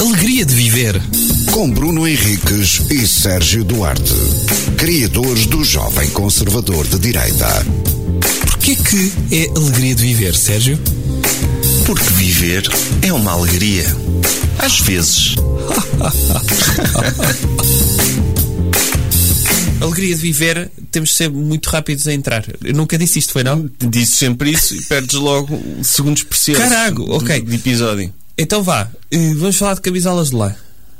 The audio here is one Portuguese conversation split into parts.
Alegria de viver. Com Bruno Henriques e Sérgio Duarte, criadores do Jovem Conservador de Direita. Porquê que é alegria de viver, Sérgio? Porque viver é uma alegria. Às vezes. Alegria de viver, temos de ser muito rápidos a entrar. Eu nunca disse isto, foi não? Dizes sempre isso e perdes logo segundos preciosos Carago, de- ok. de episódio. Então vá, eh, vamos falar de camisolas de lã.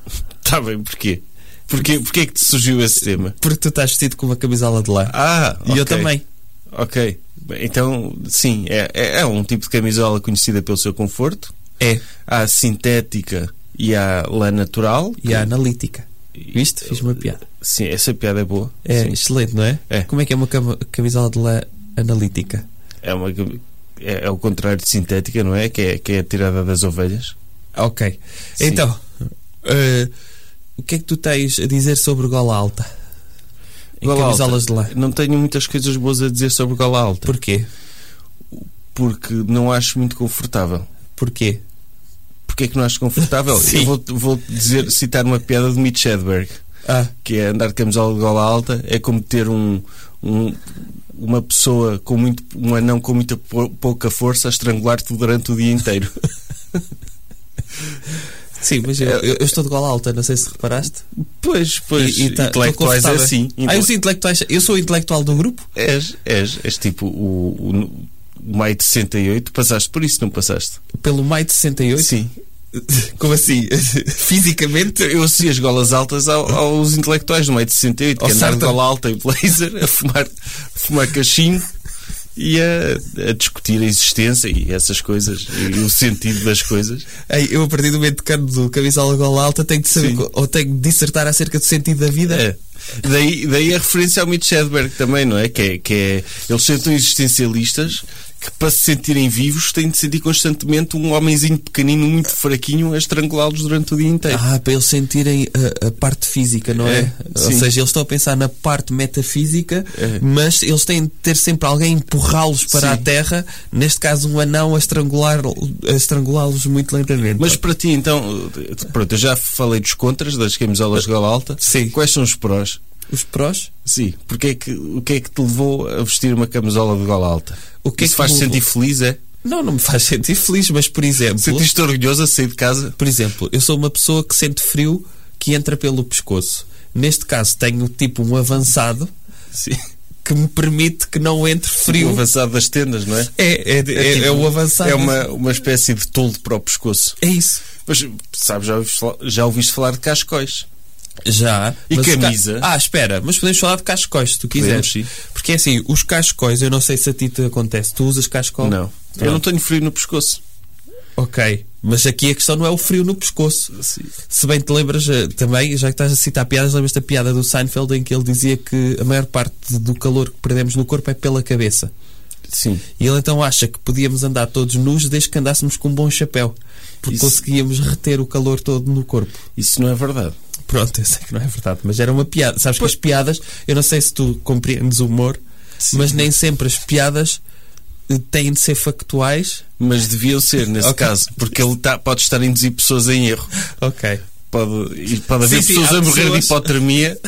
Está Tá bem, porquê? porquê? Porquê que te surgiu esse tema? Porque tu estás vestido com uma camisola de lã. Ah, e eu ok. também. Ok. Bem, Então, sim, é, é, é um tipo de camisola conhecida pelo seu conforto. É. Há a sintética e há a lã natural. E a analítica. E- Viste? Fiz uma piada. Sim, essa piada é boa. É Sim. excelente, não é? É. Como é que é uma cam- camisola de lã analítica? É, uma, é, é o contrário de sintética, não é? Que é, que é tirada das ovelhas. Ok. Sim. Então, eh, o que é que tu tens a dizer sobre gola alta? Em Gola camisolas de lã. Não tenho muitas coisas boas a dizer sobre gola alta. Porquê? Porque não acho muito confortável. Porquê? Porquê é que não acho confortável? Sim. Eu vou, vou dizer, citar uma piada de Mitch Hedberg. Ah, que é andar de camisola de gola alta, é como ter um, um- uma pessoa com muito um anão com muita pou- pouca força a estrangular-te durante o dia inteiro. sim, mas eu, eu- eu estou de gola alta, não sei se reparaste. Pois, E- e tá- tô intelectuais confortável. assim. Ah, eu sou intelectuais. Eu sou o intelectual do grupo? És, és, és tipo o, o, o maio de 68, passaste por isso, não passaste? Pelo maio de 68? Sim. Como assim? Fisicamente? Eu associo as golas altas ao- aos intelectuais do meio de 68, Ao que andaram de Sartre. gola alta e blazer, a fumar, a fumar cachinho e a, a discutir a existência e essas coisas, e o sentido das coisas. Ei, eu, a partir do momento que ando de camisola de gola alta, tenho de saber, Sim. co- ou tenho de dissertar acerca do sentido da vida? É. Daí, daí a referência ao Mitch Hedberg também, não é? Que é, que é eles sentam existencialistas que, para se sentirem vivos, têm de sentir constantemente um homenzinho pequenino, muito fraquinho, a estrangulá-los durante o dia inteiro. Ah, para eles sentirem a, a parte física, não é? É, Ou sim. seja, eles estão a pensar na parte metafísica, É. mas eles têm de ter sempre alguém a empurrá-los para Sim. a terra, neste caso um anão a estrangular- a estrangulá-los muito lentamente. Mas para ti, então, pronto, eu já falei dos contras das camisolas de gola alta. Sim. Quais são os prós? os prós, Sim. Porque é que, o que é que te levou a vestir uma camisola de gola alta? O que é Isso que faz te levou? sentir feliz, é? não, não me faz sentir feliz, mas por exemplo, Sentiste orgulhoso a sair de casa? por exemplo, eu sou uma pessoa que sente frio que entra pelo pescoço. Neste caso, tenho tipo um avançado Sim. que me permite que não entre O frio. avançado das tendas, não é? É, é, é, tipo, é o avançado. É uma, uma espécie de toldo para o pescoço. É isso. Mas, sabes, já ouviste, fala- já ouviste falar de cascóis. Já. E mas o ca- camisa? Ah, espera, mas podemos falar de cascóis se tu quiseres. Podemos, sim. Porque é assim, os cascóis, eu não sei se a ti te acontece. Tu usas cascóis? Eu não tenho frio no pescoço. Ok. Mas aqui a questão não é o frio no pescoço. Se bem te lembras eh, também, já que estás a citar piadas, lembras da piada do Seinfeld em que ele dizia que a maior parte do calor que perdemos no corpo é pela cabeça. Sim. E ele então acha que podíamos andar todos nus desde que andássemos com um bom chapéu. Porque Isso. conseguíamos reter o calor todo no corpo. Isso não é verdade. Pronto, eu sei que não é verdade, mas era uma piada. Sabes que as piadas, eu não sei se tu compreendes o humor, Sim. mas nem sempre as piadas eh, têm de ser factuais. Mas deviam ser, nesse Ok. caso. Porque ele tá- pode estar a induzir pessoas em erro. Ok. Pode, e pode Sim, haver sim, pessoas há a morrer pessoas- de hipotermia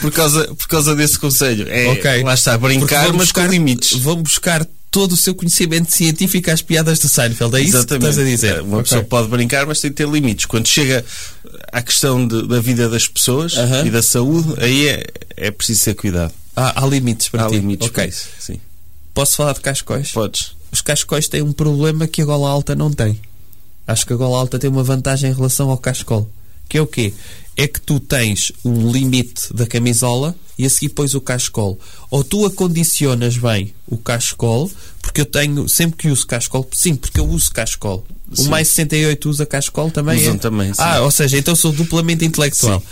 por causa, por causa desse conselho. É, Ok. Lá está, Porque brincar, vão mas com limites. Vão buscar todo o seu conhecimento científico às piadas do Seinfeld. É isso que estás a dizer. É, Uma pessoa pode brincar, mas tem que ter limites. Quando chega à questão de- da vida das pessoas Aham. e da saúde, aí é, é preciso ter cuidado. Há, há limites para Há ti. limites. Ok. para isso. Sim. Posso falar de cascóis? Podes. Os cascóis têm um problema que a gola alta não tem. Acho que a gola alta tem uma vantagem em relação ao cascol. Que é o quê? É que tu tens um limite da camisola e a seguir pões o cascol. Ou tu acondicionas bem o cascol, porque eu tenho, sempre que uso cascol, sim, porque eu uso cascol. O Sim. mais 68 usa cascol também? Usam é? também, sim. Ah, ou seja, então sou duplamente intelectual.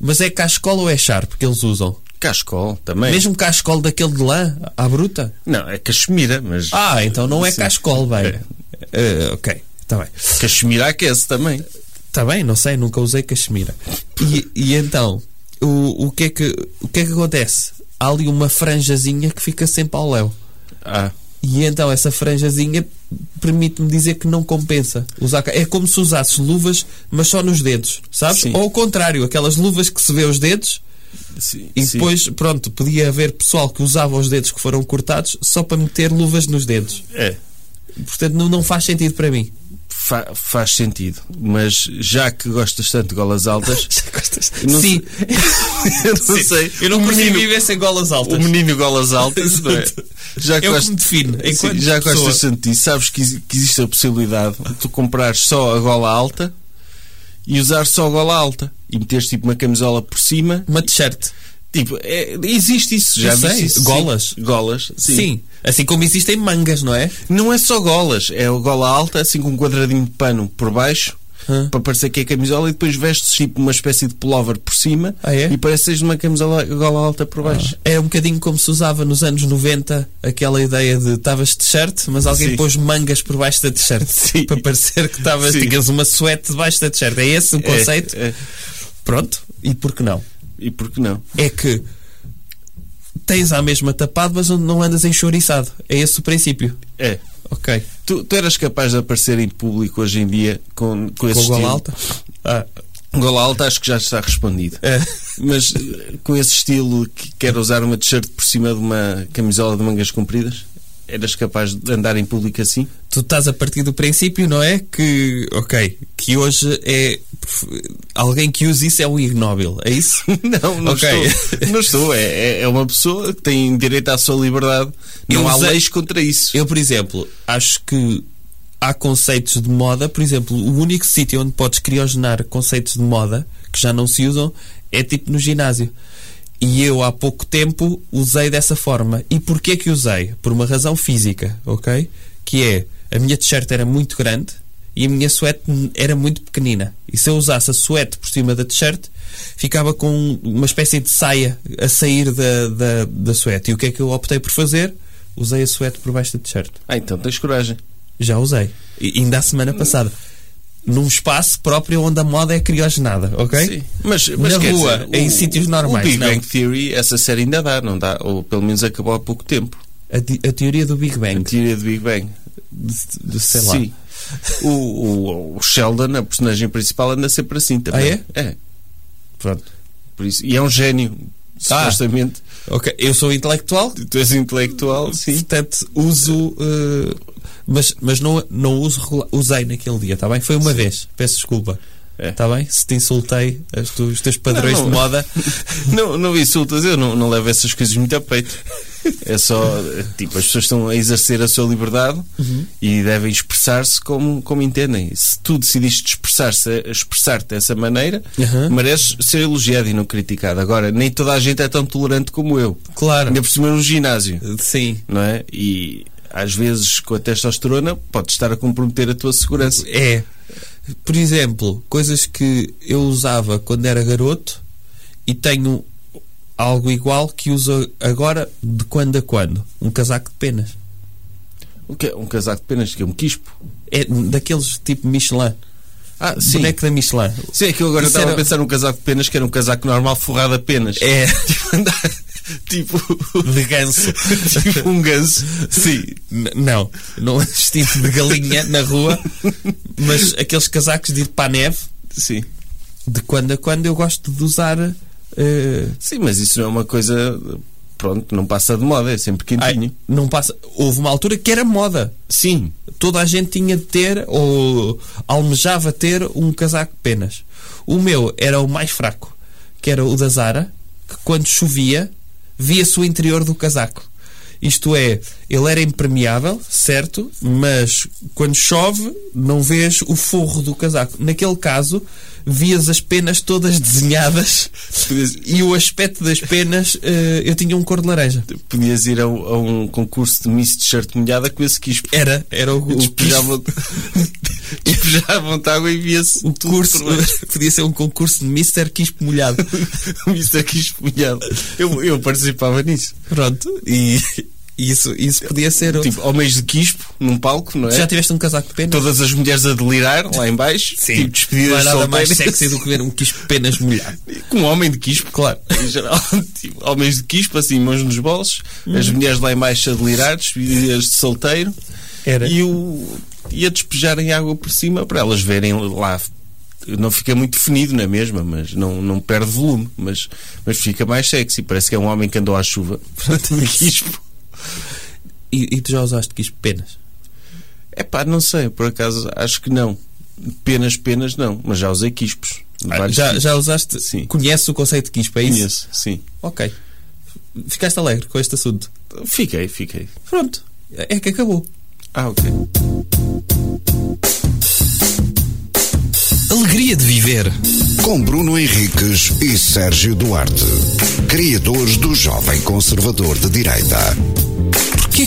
Mas é cascol ou é sharp que eles usam? Cascol também. Mesmo cascol daquele de lã, à bruta? Não, é cachemira, mas. Ah, então não é cascol, bem. É. Eh, ok, está bem. Cachemira aquece também. Está bem, não sei, nunca usei cachemira. E, e então, o, o, que é que, o que é que acontece? Há ali uma franjazinha que fica sempre ao léu. Ah, E então essa franjazinha permite-me dizer que não compensa usar. ca- É como se usasse luvas, mas só nos dedos, sabes? Sim. Ou ao contrário, aquelas luvas que se vê os dedos Sim, e sim. depois, pronto, podia haver pessoal que usava os dedos que foram cortados só para meter luvas nos dedos. É, Portanto, não, não faz sentido para mim. fa- faz sentido. Mas já que gostas tanto de golas altas, Não Sim, eu não sei. eu não o consigo menino, viver sem golas o altas. menino golas altas, não é? Já Eu que me defino. Sim, enquanto já pessoa. gostas tanto disso, sabes que, exi- que existe a possibilidade de tu comprares só a gola alta e usar só a gola alta e meteres tipo uma camisola por cima. Uma t-shirt. Tipo, é- existe isso, já Eu viste sei, isso? golas. Sim, golas, sim. Sim. Assim como existem mangas, não é? Não é só golas, é a gola alta, assim com um quadradinho de pano por baixo. Hã? Para parecer que é camisola e depois vestes tipo uma espécie de pullover por cima Ah, é? e pareces uma camisola gola alta por baixo. É um bocadinho como se usava nos anos 90 aquela ideia de estavas de t-shirt, mas alguém Sim. pôs mangas por baixo da t-shirt Sim. para parecer que estavas, Sim. tinhas uma suéte debaixo da t-shirt. É esse o conceito? É, é. Pronto. E por que não? E por que não? É que tens a mesma tapado, mas não andas enxouriçado. É esse o princípio. É. Ok. Tu, tu eras capaz de aparecer em público hoje em dia com, com esse Com a gola estilo? alta? Ah, Gola alta acho que já está respondido. é. Mas eh, com esse estilo que quer usar uma t-shirt por cima de uma camisola de mangas compridas, eras capaz de andar em público assim? tu estás a partir do princípio, não é? Que, ok, que hoje é. Alguém que usa isso é um ignóbil, é isso? Não, não Ok. estou. Não estou. É, é- é uma pessoa que tem direito à sua liberdade. Não Eu há usei- leis contra isso. Eu, por exemplo, acho que há conceitos de moda. Por exemplo, o único sítio onde podes criogenar conceitos de moda que já não se usam é tipo no ginásio. E eu há pouco tempo usei dessa forma. E porquê que usei? Por uma razão física, ok? Que é a minha t-shirt era muito grande e a minha suéte era muito pequenina. E se eu usasse a suéte por cima da t-shirt, ficava com uma espécie de saia a sair da, da, da suéte. E o que é que eu optei por fazer? Usei a suéte por baixo da t-shirt. Ah, então tens coragem. Já usei. E ainda a semana passada. Num espaço próprio onde a moda é criogenada, ok? Sim. Mas, mas Na quer rua, dizer, em o- sítios O normais, Big não. Bang Theory, essa série ainda dá, não dá? Ou pelo menos acabou há pouco tempo. A, te- a teoria do Big A Bang. teoria do Big Bang. de- sei lá. Sim. O, o- o Sheldon, a personagem principal, anda sempre assim também. Ah, é? É. Pronto. Por isso. E é um gênio, Ah. supostamente. Ok, eu sou intelectual, Tu és intelectual, sim. portanto uso. eh, mas mas não, não uso regula- usei naquele dia, está bem? Foi uma vez, peço desculpa. É. Está bem? Se te insultei as tu- os teus padrões Não, não. de moda, Não, não insultas, eu não, não levo essas coisas muito a peito. É só, eh, tipo, as pessoas estão a exercer a sua liberdade Uhum. e devem expressar-se como, como entendem. Se tu decidiste expressar-se, expressar-te dessa maneira, Uhum. mereces ser elogiado e não criticado. Agora, nem toda a gente é tão tolerante como eu. claro. Ainda por cima num ginásio. Sim. não é? E às vezes com a testosterona pode estar a comprometer a tua segurança. É. Por exemplo, coisas que eu usava quando era garoto e tenho algo igual que uso agora de quando a quando. Um casaco de penas. O quê? Um casaco de penas que é um quispo. É daqueles tipo Michelin. Ah, Sim. sim. Boneco da Michelin. Sim, é que eu agora Isso estava a era- pensar num casaco de penas que era um casaco normal forrado a penas. É. tipo, De ganso. tipo um ganso. Sim. N- Não, não é vestido de galinha na rua, mas aqueles casacos de ir para a neve, Sim. de quando a quando eu gosto de usar. eh, Sim, mas isso não é uma coisa. Pronto, não passa de moda, é sempre ai, quentinho. não passa. Houve uma altura que era moda. Sim. toda a gente tinha de ter ou almejava ter um casaco de penas. O meu era o mais fraco, que era o da Zara, que quando chovia via-se o interior do casaco. Isto é, ele era impermeável, certo, mas quando chove não vês o forro do casaco. Naquele caso, vias as penas todas desenhadas Podias, e o aspecto das penas eh, eu tinha um cor de laranja. podias ir a, um- a um concurso de Miss de shirt molhada com esse É, quispo. Era, era o, o Despejavam-te Tá, despejavam-te água um e via-se O tudo curso por baixo. podia ser um concurso de Mr. Quispo molhado. um o Mr. Quispo molhado. Eu, eu participava nisso. Pronto. E, Isso, isso podia ser. o- Tipo, homens de quispo num palco, não é? Já tiveste um casaco de pena? Todas as mulheres a delirar lá em baixo. Tipo, Não há despedidas de nada mais solteiras. sexy do que ver um quispo penas molhado. Com um homem de quispo, claro. Em geral, tipo, homens de quispo, assim, mãos nos bolsos, Uhum. as mulheres lá em baixo a delirar, despedidas de solteiro. Era. E, o, e a despejarem água por cima para elas verem lá. Não fica muito definido na mesma, mas não, não perde volume. Mas, mas fica mais sexy. Parece que é um homem que andou à chuva. de quispo. E, e tu já usaste quispo penas? É pá, não sei, por acaso acho que não. Penas, penas não, mas já usei quispos. de vários Ah, Já, tipos. já usaste? Sim. Conheces o conceito de quispo, é isso? Conheço, sim. Ok. Ficaste alegre com este assunto. Fiquei, fiquei. Pronto. É que acabou. Ah, ok. Alegria de viver. Com Bruno Henriques e Sérgio Duarte, criadores do Jovem Conservador de Direita. Porquê